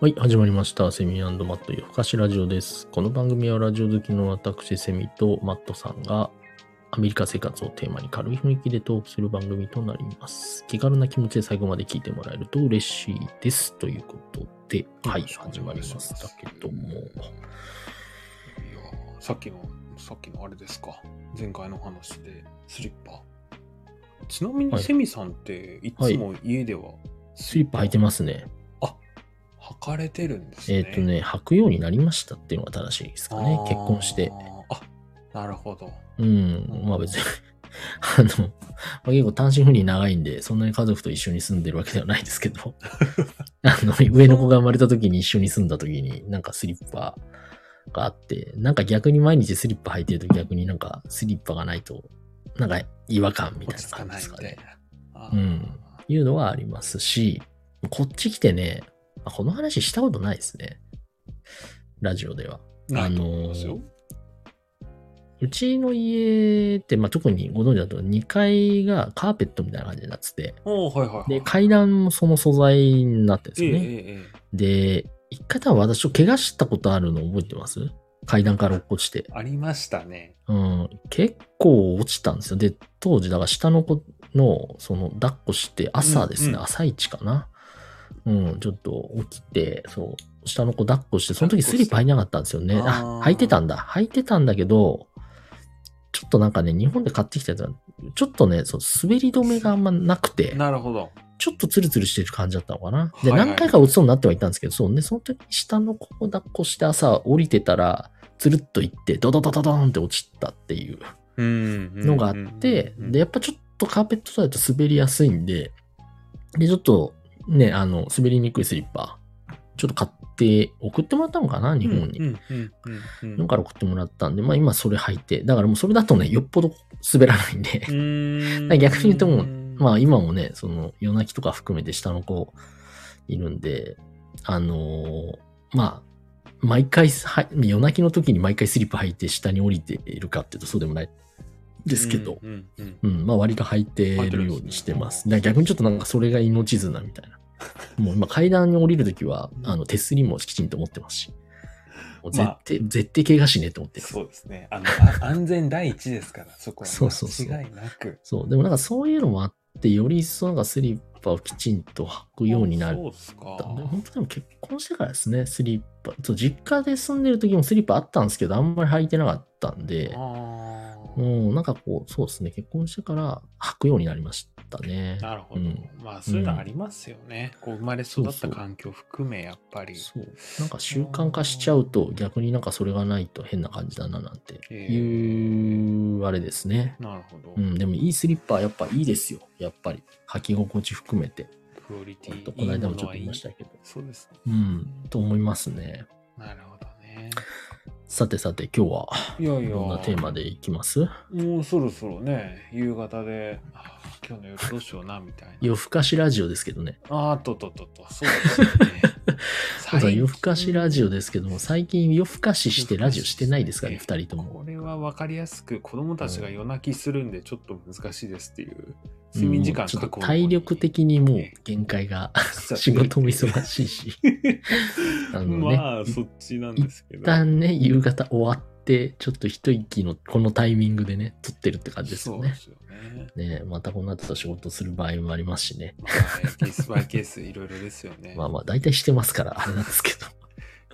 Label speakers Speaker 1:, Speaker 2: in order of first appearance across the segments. Speaker 1: はい、始まりました。セミマット夜更かしラジオです。この番組はラジオ好きの私、セミとマットさんがアメリカ生活をテーマに軽い雰囲気でトークする番組となります。気軽な気持ちで最後まで聞いてもらえると嬉しいです。ということで、はい、
Speaker 2: よろし
Speaker 1: 始
Speaker 2: くお
Speaker 1: ま
Speaker 2: 願
Speaker 1: り
Speaker 2: いし
Speaker 1: ま
Speaker 2: ます
Speaker 1: したけども。
Speaker 2: いやーさっきの、さっきのあれですか。前回の話で、スリッパ。ちなみ
Speaker 1: は
Speaker 2: に、
Speaker 1: い
Speaker 2: セミさんって、いつも家では、
Speaker 1: スリッパ履いてますね。
Speaker 2: 履かれてるんですね。
Speaker 1: えっ、とね、履くようになりましたっていうのが正しいです
Speaker 2: あ
Speaker 1: か
Speaker 2: ー、
Speaker 1: ね。結婚して。
Speaker 2: あ、なるほど。
Speaker 1: うん、まあ別に。 あの、まあ、結構単身赴任長いんで、そんなに家族と一緒に住んでるわけではないですけ ど、あの、上の子が生まれた時に一緒に住んだ時に、なんかスリッパがあって、なんか逆に毎日スリッパ履いてると逆になんかスリッパがないと、なんか違和感みたい
Speaker 2: 落
Speaker 1: な
Speaker 2: ち着
Speaker 1: 感
Speaker 2: か
Speaker 1: じ
Speaker 2: な
Speaker 1: で
Speaker 2: い
Speaker 1: す
Speaker 2: み
Speaker 1: か
Speaker 2: たい
Speaker 1: ね。
Speaker 2: な。
Speaker 1: うんいうのはありますし、こっち来てね、あこの話したことないですね。ラジオでは。
Speaker 2: あのと思いますよ。
Speaker 1: うちの家って、まあ、特にご存知だと2階がカーペットみたいな感じになってて、
Speaker 2: おーはいはいはい。
Speaker 1: で、階段もその素材になってるんです
Speaker 2: ええ
Speaker 1: よ
Speaker 2: え
Speaker 1: ね。
Speaker 2: えええ
Speaker 1: で、一回多分私ちょっと怪我したことあるの覚えてます階段から落っこちて。
Speaker 2: ありましたね。
Speaker 1: うん、結構落ちたんですよ。で、当時、だから下の子の、その、抱っこして、朝ですね、
Speaker 2: うんうん
Speaker 1: 朝一かな。うん、ちょっと起きて、そう、下の子抱っこして、その時スリッパ履いてなかったんですよね。
Speaker 2: 抱っこして
Speaker 1: あ
Speaker 2: あ、ー
Speaker 1: 履いてたんだ。履いてたんだけど、ちょっとなんかね、日本で買ってきたやつが、ちょっとね、その滑り止めがあんまなくて、
Speaker 2: なるほど。
Speaker 1: ちょっとツルツルしてる感じだったのかな。で、
Speaker 2: はいはい
Speaker 1: 何回か落ちそうになってはいたんですけど、そうね、その時下の子を抱っこして朝降りてたら、つるっといって、ドドドドドーンって落ちたっていう
Speaker 2: の
Speaker 1: のがあって、で、やっぱちょっとカーペットだと滑りやすいんで、で、ちょっとね、あの、滑りにくいスリッパ、ちょっと買って送ってもらったのかな、日本に。
Speaker 2: うんうんうんうんう
Speaker 1: の
Speaker 2: ん
Speaker 1: から送ってもらったんで、まあ今それ履いて、だからもうそれだとね、よっぽど滑らないんで、
Speaker 2: うーん
Speaker 1: だから 逆に言うともうまあ今もね、その夜泣きとか含めて下の子いるんで、あのーまあ、毎回は、夜泣きの時に毎回スリッパ履いて下に降りているかっていうとそうでもないですけど、
Speaker 2: うんうんうん
Speaker 1: うん、まあ割と履いて
Speaker 2: 履いてる
Speaker 1: る
Speaker 2: んで
Speaker 1: よ
Speaker 2: すね
Speaker 1: うにしてます。だから逆にちょっとなんかそれが命綱みたいな。もう今階段に降りる時は、あの手すりもきちんと持ってますし、もう絶対、絶対怪我しねえと思ってる。
Speaker 2: そうですね。あの、あ 安全第一ですから、そこは
Speaker 1: そうそうそう
Speaker 2: 間違いなく。
Speaker 1: そう、でもなんかそういうのもあって、より一層なんかスリッパをきちんと履くようになる
Speaker 2: そうっすか。
Speaker 1: ったんで本当でも結婚してからですね、スリッパ。そう実家で住んでる時もスリッパあったんですけど、あんまり履いてなかったんで、
Speaker 2: あー
Speaker 1: もうなんかこう、そうですね、結婚してから履くようになりましたね。
Speaker 2: なるほど、
Speaker 1: うん
Speaker 2: まあ、そういうのありますよね。こう生まれ育
Speaker 1: そう
Speaker 2: っ
Speaker 1: そ
Speaker 2: た
Speaker 1: う
Speaker 2: 環境含め、やっぱり。
Speaker 1: そう。なんか習慣化しちゃうと、逆になんかそれがないと変な感じだななんて
Speaker 2: へ
Speaker 1: いう、あれですね。
Speaker 2: なるほど、
Speaker 1: うん、でもいいスリッパはやっぱいいですよ。やっぱり。履き心地含めて。
Speaker 2: クオリテ
Speaker 1: ほんと
Speaker 2: ィ
Speaker 1: この間もちょっと言
Speaker 2: い
Speaker 1: い
Speaker 2: いものはいい
Speaker 1: ましたけど。
Speaker 2: そうですね。
Speaker 1: うん、と思いますね。
Speaker 2: なるほどね。
Speaker 1: さてさて、今日はい
Speaker 2: やいや、
Speaker 1: どんなテーマでいきます
Speaker 2: もうそろそろね、夕方で、あー今日の夜どうしような、みたいな。
Speaker 1: 夜更かしラジオですけどね。
Speaker 2: あーっとっとっとっと、そうですよ ね
Speaker 1: そうだ夜更かしラジオですけども、最近夜更かししてラジオしてないですかね、
Speaker 2: 夜更
Speaker 1: 二人とも。
Speaker 2: これは分かりやすく子供たちが夜泣きするんでちょっと難しいですっていう
Speaker 1: うん
Speaker 2: 睡眠時間
Speaker 1: ちょっ
Speaker 2: 確
Speaker 1: と
Speaker 2: 保
Speaker 1: 体力的にもう限界が、仕事も忙しいし。 あのね
Speaker 2: まあそっちなんですけど
Speaker 1: 一旦ね、夕方終わって、ちょっと一息のこのタイミングでね、撮ってるって感じですよね。
Speaker 2: そうですよね
Speaker 1: ねまたこの後仕事する場合もありますしね。
Speaker 2: まあケースバイケースいろいろですよね、
Speaker 1: まあまあ、大体してますから、あれなんですけど。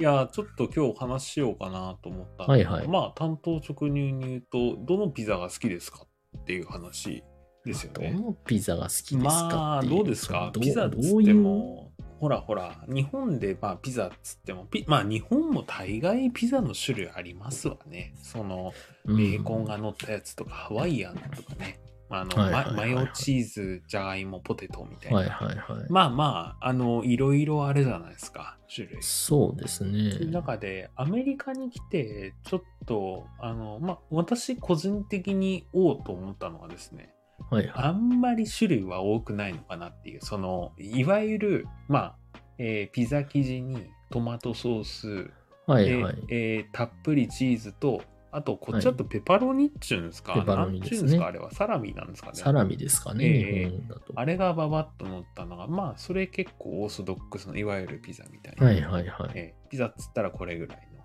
Speaker 2: いやちょっと今日お話ししようかなと思ったんだ
Speaker 1: はい
Speaker 2: けど
Speaker 1: はい
Speaker 2: まあ担当直入に言うとどのピザが好きですかっていう話ですよ
Speaker 1: ど
Speaker 2: ね
Speaker 1: のピザが好きです
Speaker 2: ま
Speaker 1: か
Speaker 2: あ
Speaker 1: っていう。
Speaker 2: どうですか
Speaker 1: その
Speaker 2: ピザっ
Speaker 1: ど
Speaker 2: つ
Speaker 1: う
Speaker 2: っ
Speaker 1: い
Speaker 2: て
Speaker 1: う
Speaker 2: もほらほら日本でまあピザっつってもピまあ日本も大概ピザの種類ありますわねそのベーコンが乗ったやつとか、ハワイアンとかねあの、
Speaker 1: はいはいはい
Speaker 2: ママヨチーズじゃがいもポテトみたいな、
Speaker 1: はいはいはい。
Speaker 2: まあまああのいろいろあれじゃないですか種類
Speaker 1: そうですね。
Speaker 2: という中でアメリカに来てちょっとあのまあ私個人的におうと思ったのはですね
Speaker 1: はいはい。
Speaker 2: あんまり種類は多くないのかなっていう、その、いわゆる、まあ、えーピザ生地にトマトソース、
Speaker 1: は
Speaker 2: で
Speaker 1: いはい。
Speaker 2: えーたっぷりチーズと、あと、こっちだとペパロニっちゅうんですか、
Speaker 1: ペパ
Speaker 2: な
Speaker 1: ロ
Speaker 2: ん
Speaker 1: ニで
Speaker 2: ちゅ
Speaker 1: す
Speaker 2: う
Speaker 1: ね
Speaker 2: んですかあれはサラミなんですかね。
Speaker 1: サラミですかね、
Speaker 2: ええ
Speaker 1: 日本だと。
Speaker 2: あれがババッと乗ったのが、まあ、それ結構オーソドックスのいわゆるピザみたいな。
Speaker 1: はいはいはい。
Speaker 2: えーピザっつったらこれぐらいの。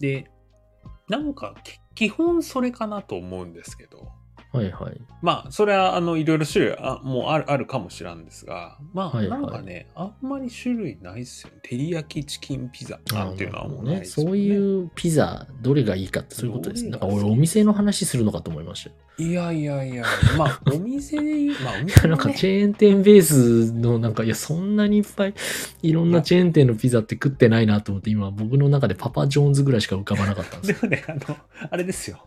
Speaker 2: で、なんかき基本それかなと思うんですけど、
Speaker 1: はいはい。
Speaker 2: まあ、それはあのいろいろ種類あもうあるあるかもしらんですが、まあ、
Speaker 1: はいはい
Speaker 2: なんかね、あんまり種類ないっすよね。照り焼きチキンピザなんていうのはもうないですよ
Speaker 1: そう
Speaker 2: ね。う。
Speaker 1: いうピザ、どれがいいかってそういうことですね。なんか俺、お店の話するのかと思いましたよ。
Speaker 2: いやいやいや、ま あ、お店で言う、まあ、お
Speaker 1: いや
Speaker 2: 店
Speaker 1: な
Speaker 2: も
Speaker 1: んか
Speaker 2: ね
Speaker 1: チェーン店ベースのなんか、いや、そんなにいっぱい、いろんなチェーン店のピザって食ってないなと思って、今僕の中でパパ・ジョーンズぐらいしか浮かばなかったんです
Speaker 2: で
Speaker 1: よ。
Speaker 2: もね、あの、あれですよ。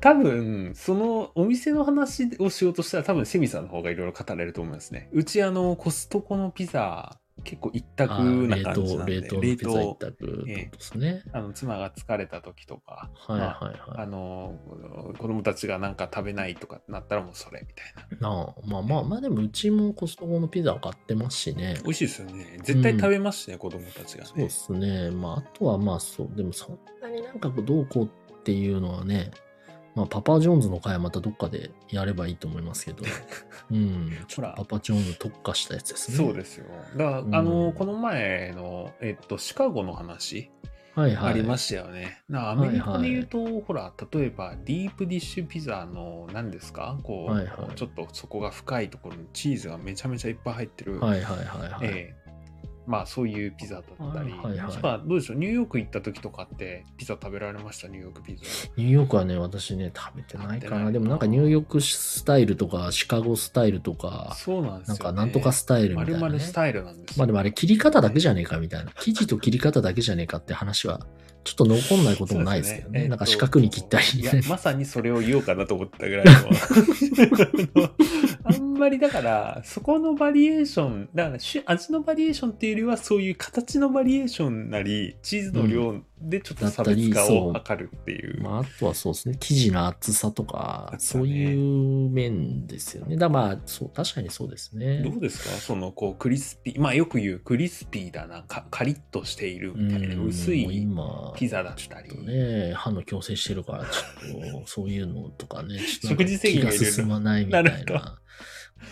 Speaker 2: 多分、そのお店の話をしようとしたら、多分セミさんの方がいろいろ語られると思いますね。うち、あの、コストコのピザ、結構一択
Speaker 1: あ
Speaker 2: な
Speaker 1: ー冷
Speaker 2: 感じな
Speaker 1: 凍、
Speaker 2: んで、
Speaker 1: 冷凍のピザ一択ってことですね。
Speaker 2: あの妻が疲れた時とか、
Speaker 1: はいはいは
Speaker 2: あ
Speaker 1: い。
Speaker 2: の、子供たちがなんか食べないとかなったらもうそれみたいな。
Speaker 1: なあまあまあまあ、でもうちもコストコのピザ買ってますしね。
Speaker 2: 美味しいですよね。絶対食べますしね、子供たちが
Speaker 1: そう
Speaker 2: ね
Speaker 1: で。すね。まあ、あとはまあそう、でもそんなになんかこうどうこうっていうのはね、まあ、パパ・ジョーンズの回はまたどっかでやればいいと思います けど、うん、
Speaker 2: ほら
Speaker 1: パパ・ジョーンズ特化したやつですね。
Speaker 2: そうですよ。だから、
Speaker 1: うん
Speaker 2: あの、この前の、えっと、シカゴの話、
Speaker 1: はいはい。
Speaker 2: ありましたよね。なアメリカで言うと、ほら、例えばディープディッシュピザの何ですかこう、
Speaker 1: はいはい
Speaker 2: ちょっとそこが深いところにチーズがめちゃめちゃいっぱい入ってる、
Speaker 1: はいはいはいはい。
Speaker 2: ええまあそういうピザだったり、
Speaker 1: はいはいはい
Speaker 2: しかどうでしょう、ニューヨーク行った時とかってピザ食べられました、ニューヨークピザ。
Speaker 1: ニューヨークはね、私ね、食べてないか
Speaker 2: 食べてな
Speaker 1: な。
Speaker 2: い
Speaker 1: でもなんかニューヨークスタイルとか、シカゴスタイルとか、
Speaker 2: そうなんです
Speaker 1: な
Speaker 2: よ、
Speaker 1: ん
Speaker 2: ね。
Speaker 1: かなんとかスタイルみたいな、
Speaker 2: 丸
Speaker 1: ね
Speaker 2: 々。スタイルなんですよ。
Speaker 1: まあでもあれ、切り方だけじゃねえかみたいな。生地と切り方だけじゃねえかって話は、ちょっと残んないこともないですけどね。なんか四角に切ったり。
Speaker 2: いや、まさにそれを言おうかなと思ったぐらい の。あのあんまりだから、そこのバリエーション、だからし味のバリエーションっていうよりは、そういう形のバリエーションなり、チーズの量でちょっと差別化を図るっていう。
Speaker 1: まあ、あとはそうですね、生地の厚さとか、
Speaker 2: 厚さ
Speaker 1: そ
Speaker 2: ね
Speaker 1: ういう面ですよね。だまあそう、確かにそうですね。
Speaker 2: どうですかそのこうクリスピーまあよく言うクリスピーだなかカリッとしているみたいな
Speaker 1: うん
Speaker 2: 薄
Speaker 1: もう
Speaker 2: い
Speaker 1: 今
Speaker 2: ピザだったり、
Speaker 1: ね、歯の矯正してるから、ちょっと、 そういうのとかね、ちょっとなんか
Speaker 2: 食事制限
Speaker 1: 気
Speaker 2: が
Speaker 1: が
Speaker 2: 入れる
Speaker 1: 進まないみたい
Speaker 2: な
Speaker 1: な
Speaker 2: ると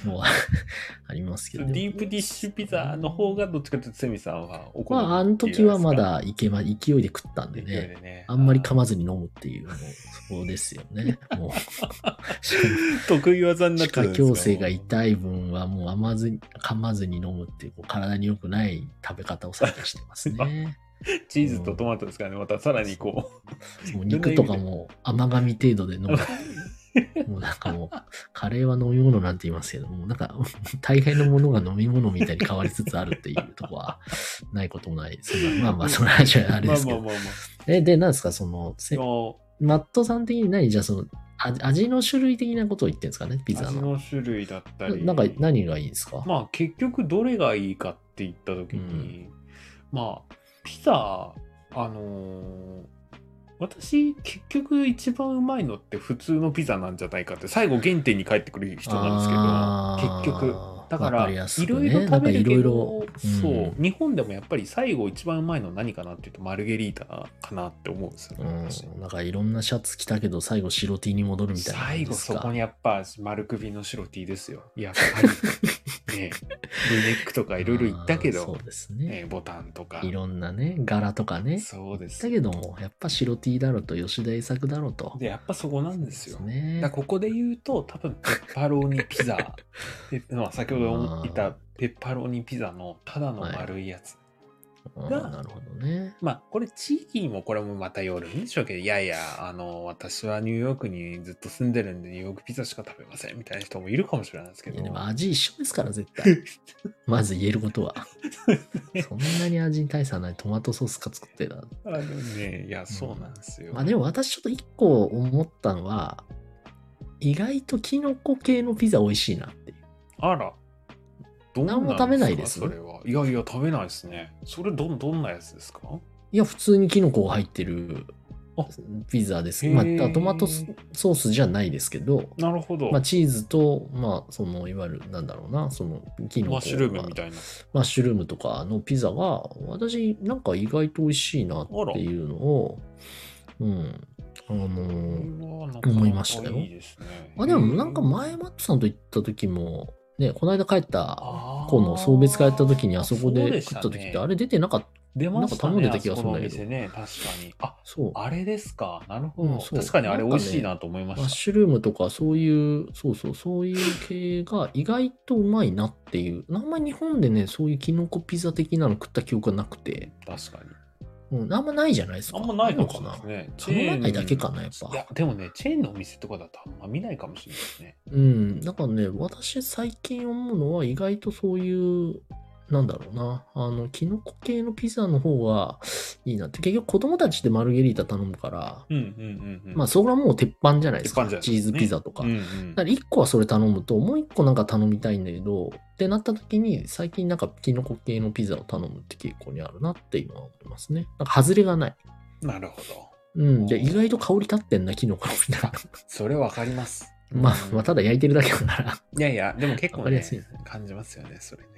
Speaker 1: のは ありますけ
Speaker 2: デ
Speaker 1: ど、
Speaker 2: ィープディッシュピザの方がどっちかというとセミさんはお好
Speaker 1: ま
Speaker 2: み
Speaker 1: あ、あの時はまだいけま、勢いで食ったんでね。あんまり噛まずに飲むって いう、もう、そうですよね。もう、
Speaker 2: 得意技になっ
Speaker 1: 歯
Speaker 2: て
Speaker 1: 科
Speaker 2: るんですか
Speaker 1: 矯正が痛い分は、もう甘ずに、噛まずに飲むっていう、こう体に良くない食べ方を最近してます ね。
Speaker 2: チーズとトマトですからねまたさらにこ
Speaker 1: もう肉とかも甘がみ程度で飲む。もうなんかもう、カレーは飲み物なんて言いますけど、もうなんか、大概のものが飲み物みたいに変わりつつあるっていうとこは、ないこともない。そんなまあまあ、その話はあ
Speaker 2: う
Speaker 1: れ
Speaker 2: ま
Speaker 1: で
Speaker 2: あ
Speaker 1: すけ
Speaker 2: まあまあ
Speaker 1: ど。
Speaker 2: まあ
Speaker 1: え、で、なんですか、その、せ
Speaker 2: でも
Speaker 1: マットさん的に何じゃあそのあ味の種類的なことを言ってんですかねピザ
Speaker 2: 味
Speaker 1: の。
Speaker 2: の種類だったり
Speaker 1: ななんか何がいいんですか、
Speaker 2: まあ結局どれがいいかって言った時に、まあピザあのー私結局一番うまいのって普通のピザなんじゃないかって最後原点に帰ってくる人なんですけど結局
Speaker 1: 局
Speaker 2: だから、いろい
Speaker 1: な
Speaker 2: ろ食
Speaker 1: んか
Speaker 2: べる
Speaker 1: いろ
Speaker 2: け
Speaker 1: い
Speaker 2: ど
Speaker 1: ろ、
Speaker 2: そう
Speaker 1: うん、
Speaker 2: 日本でもやっぱり最後一番うまいの何かなっていうと、マルゲリータかなって思うんですよ
Speaker 1: う
Speaker 2: ね。
Speaker 1: ん
Speaker 2: 私、
Speaker 1: なんかいろんなシャツ着たけど最後白 T に戻るみたいな感
Speaker 2: 最
Speaker 1: じ
Speaker 2: 後
Speaker 1: です
Speaker 2: そ
Speaker 1: か。
Speaker 2: こにやっぱ丸首の白 T ですよ。やっぱり。 ねえ、V ネックとかいろいろ言ったけ
Speaker 1: あー
Speaker 2: ど
Speaker 1: そ、うです
Speaker 2: ね
Speaker 1: ね
Speaker 2: え、。ボタンとか。
Speaker 1: いろんなね、柄とかね。
Speaker 2: そうです
Speaker 1: だ。けども、やっぱ白 T だろうと、吉田栄作だろうと。
Speaker 2: で、やっぱそこなんですよ。
Speaker 1: ね。
Speaker 2: だからここで言うと、多分ペッパローニピ ザ。ペッまあ先ほど言ったペッパローニピザのただの丸いやつ。
Speaker 1: うん
Speaker 2: が
Speaker 1: なるほどね。
Speaker 2: まあ、これ、地域にもこれもまたよるんでしょうけど、いやいや、あの、私はニューヨークにずっと住んでるんで、ニューヨークピザしか食べませんみたいな人もいるかもしれないですけ
Speaker 1: い
Speaker 2: ど
Speaker 1: や、でも味一緒ですから、絶 対。まず言えることは。そんなに味に大差ないトマトソースか作ってた。
Speaker 2: あのね、いや、そうなんですよ。
Speaker 1: まあでも私ちょっと一個思ったのは、意外とキノコ系のピザ美味しいなっていう。
Speaker 2: あら、どん
Speaker 1: 何も食べないです
Speaker 2: それは。いやいや、食べないですね。それどん、どんなやつですか
Speaker 1: いや、普通にキノコが入ってる
Speaker 2: あ
Speaker 1: ピザです。
Speaker 2: へ
Speaker 1: ま
Speaker 2: ー
Speaker 1: あトマトソースじゃないですけど、
Speaker 2: なるほど。
Speaker 1: まあ
Speaker 2: マ
Speaker 1: チーズと、まあその、いわゆるなんだろうな、そのキノコ。
Speaker 2: ッシュルームみ
Speaker 1: い。
Speaker 2: たいな。
Speaker 1: マッシュルームとかのピザが、私なんか意外と美味しいなっていうのを、うん。あの
Speaker 2: こ
Speaker 1: ー
Speaker 2: れはなかなか
Speaker 1: 思いましたよ
Speaker 2: いいですね
Speaker 1: あ、でもなんか
Speaker 2: うん
Speaker 1: 前、マットさんと行った時も、ね、この間帰った
Speaker 2: あー
Speaker 1: 子の送別会やった時にあそこ
Speaker 2: そう
Speaker 1: で
Speaker 2: で
Speaker 1: 食った
Speaker 2: し
Speaker 1: た時
Speaker 2: ね
Speaker 1: って、あれ出てなかった。
Speaker 2: 出ましたね
Speaker 1: なんか頼んでた気がするんだけど
Speaker 2: あそこのお店ね、確かに。あ、
Speaker 1: そう。
Speaker 2: あれですか。なるほど。
Speaker 1: うんそう
Speaker 2: 確かにあれ美味しいなと思いま
Speaker 1: マッ
Speaker 2: し
Speaker 1: シュルームとかそういう、そうそう、そういう系が意外とうまいなっていう。あんま日本でね、そういうキノコピザ的なの食った記憶がなくて、
Speaker 2: た。確かに。
Speaker 1: うん、あんまないじゃないですか。
Speaker 2: あんまないのか
Speaker 1: あ
Speaker 2: も
Speaker 1: る
Speaker 2: ですね。
Speaker 1: その中だけかなやっぱ
Speaker 2: いや、でもね、チェーンのお店とかだとあんま見ないかもしれないですね。
Speaker 1: うん、だからね、私最近思うのは意外とそういう、なんだろうな、あの、キノコ系のピザの方がいいなって、結局子供たちでマルゲリータ頼むから、
Speaker 2: うんうんうんうん。
Speaker 1: まあそれはもう鉄板じゃないですか、
Speaker 2: 鉄板じ
Speaker 1: チ
Speaker 2: ゃない
Speaker 1: ー
Speaker 2: です
Speaker 1: ズ
Speaker 2: か
Speaker 1: ピザとか。
Speaker 2: うんうん
Speaker 1: だから1個はそれ頼むと、もう1個なんか頼みたいんだけど、ってなった時に、最近なんかキノコ系のピザを頼むって傾向にあるなって今は思いますね。なんか外れがない。
Speaker 2: なるほど。
Speaker 1: うん、じゃあ意外と香り立ってんな、キノコみたいな。
Speaker 2: それわかります。
Speaker 1: まあ、
Speaker 2: うん
Speaker 1: まあ、ただ焼いてるだけだから。
Speaker 2: いやいや、でも結構
Speaker 1: わかりや
Speaker 2: ね
Speaker 1: すい、
Speaker 2: 感じますよね、それね。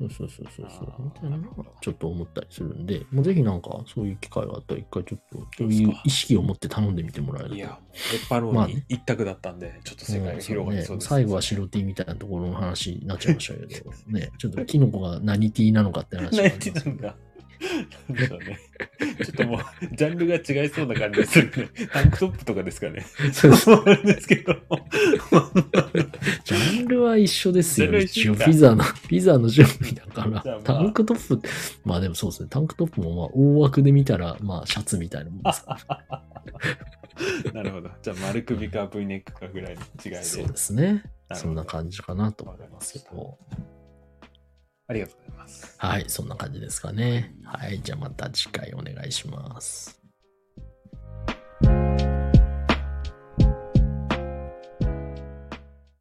Speaker 1: そうそうそうそうそう
Speaker 2: あー
Speaker 1: みたいなの
Speaker 2: なるほ
Speaker 1: は
Speaker 2: ど
Speaker 1: ちょっと思ったりするんで、もうぜひなんかそういう機会があったら一回ちょっとそうい
Speaker 2: そう
Speaker 1: う
Speaker 2: っすか
Speaker 1: 意識を持って頼んでみてもらえると。
Speaker 2: いや、もう、ペッパロ
Speaker 1: まあ
Speaker 2: ーニ
Speaker 1: ね
Speaker 2: 一択だったんで、ちょっと世界が広がりそ
Speaker 1: う
Speaker 2: う
Speaker 1: ん
Speaker 2: です。
Speaker 1: 最後は白 T みたいなところの話になっちゃいました けど、ね、ちょっとキノコが何 T なのかって話があ
Speaker 2: ナ
Speaker 1: り
Speaker 2: イ
Speaker 1: ます
Speaker 2: テ
Speaker 1: け
Speaker 2: ィ
Speaker 1: ど
Speaker 2: なんだ。なんでしょうね。ちょっともう、ジャンルが違いそうな感じがするね。タンクトップとかです かね。
Speaker 1: そうです
Speaker 2: そうなんですけど。
Speaker 1: ジャンルは一緒です よ、
Speaker 2: ジャンルは
Speaker 1: 一
Speaker 2: 一
Speaker 1: 応
Speaker 2: 緒か
Speaker 1: ピザの、ピザの準備だから、
Speaker 2: じゃあまあ
Speaker 1: タンクトップ、まあでもそうですね、タンクトップもまあ大枠で見たら、まあシャツみたいなもんですか
Speaker 2: なるほど。じゃあ、丸首か V ネックかぐらいの違い
Speaker 1: ら、
Speaker 2: で。
Speaker 1: そうですね。
Speaker 2: るほど
Speaker 1: そんな感じかなと思いますけど。
Speaker 2: ありがとうございます。
Speaker 1: はい、そんな感じですかね。はい、じゃあまた次回お願いします。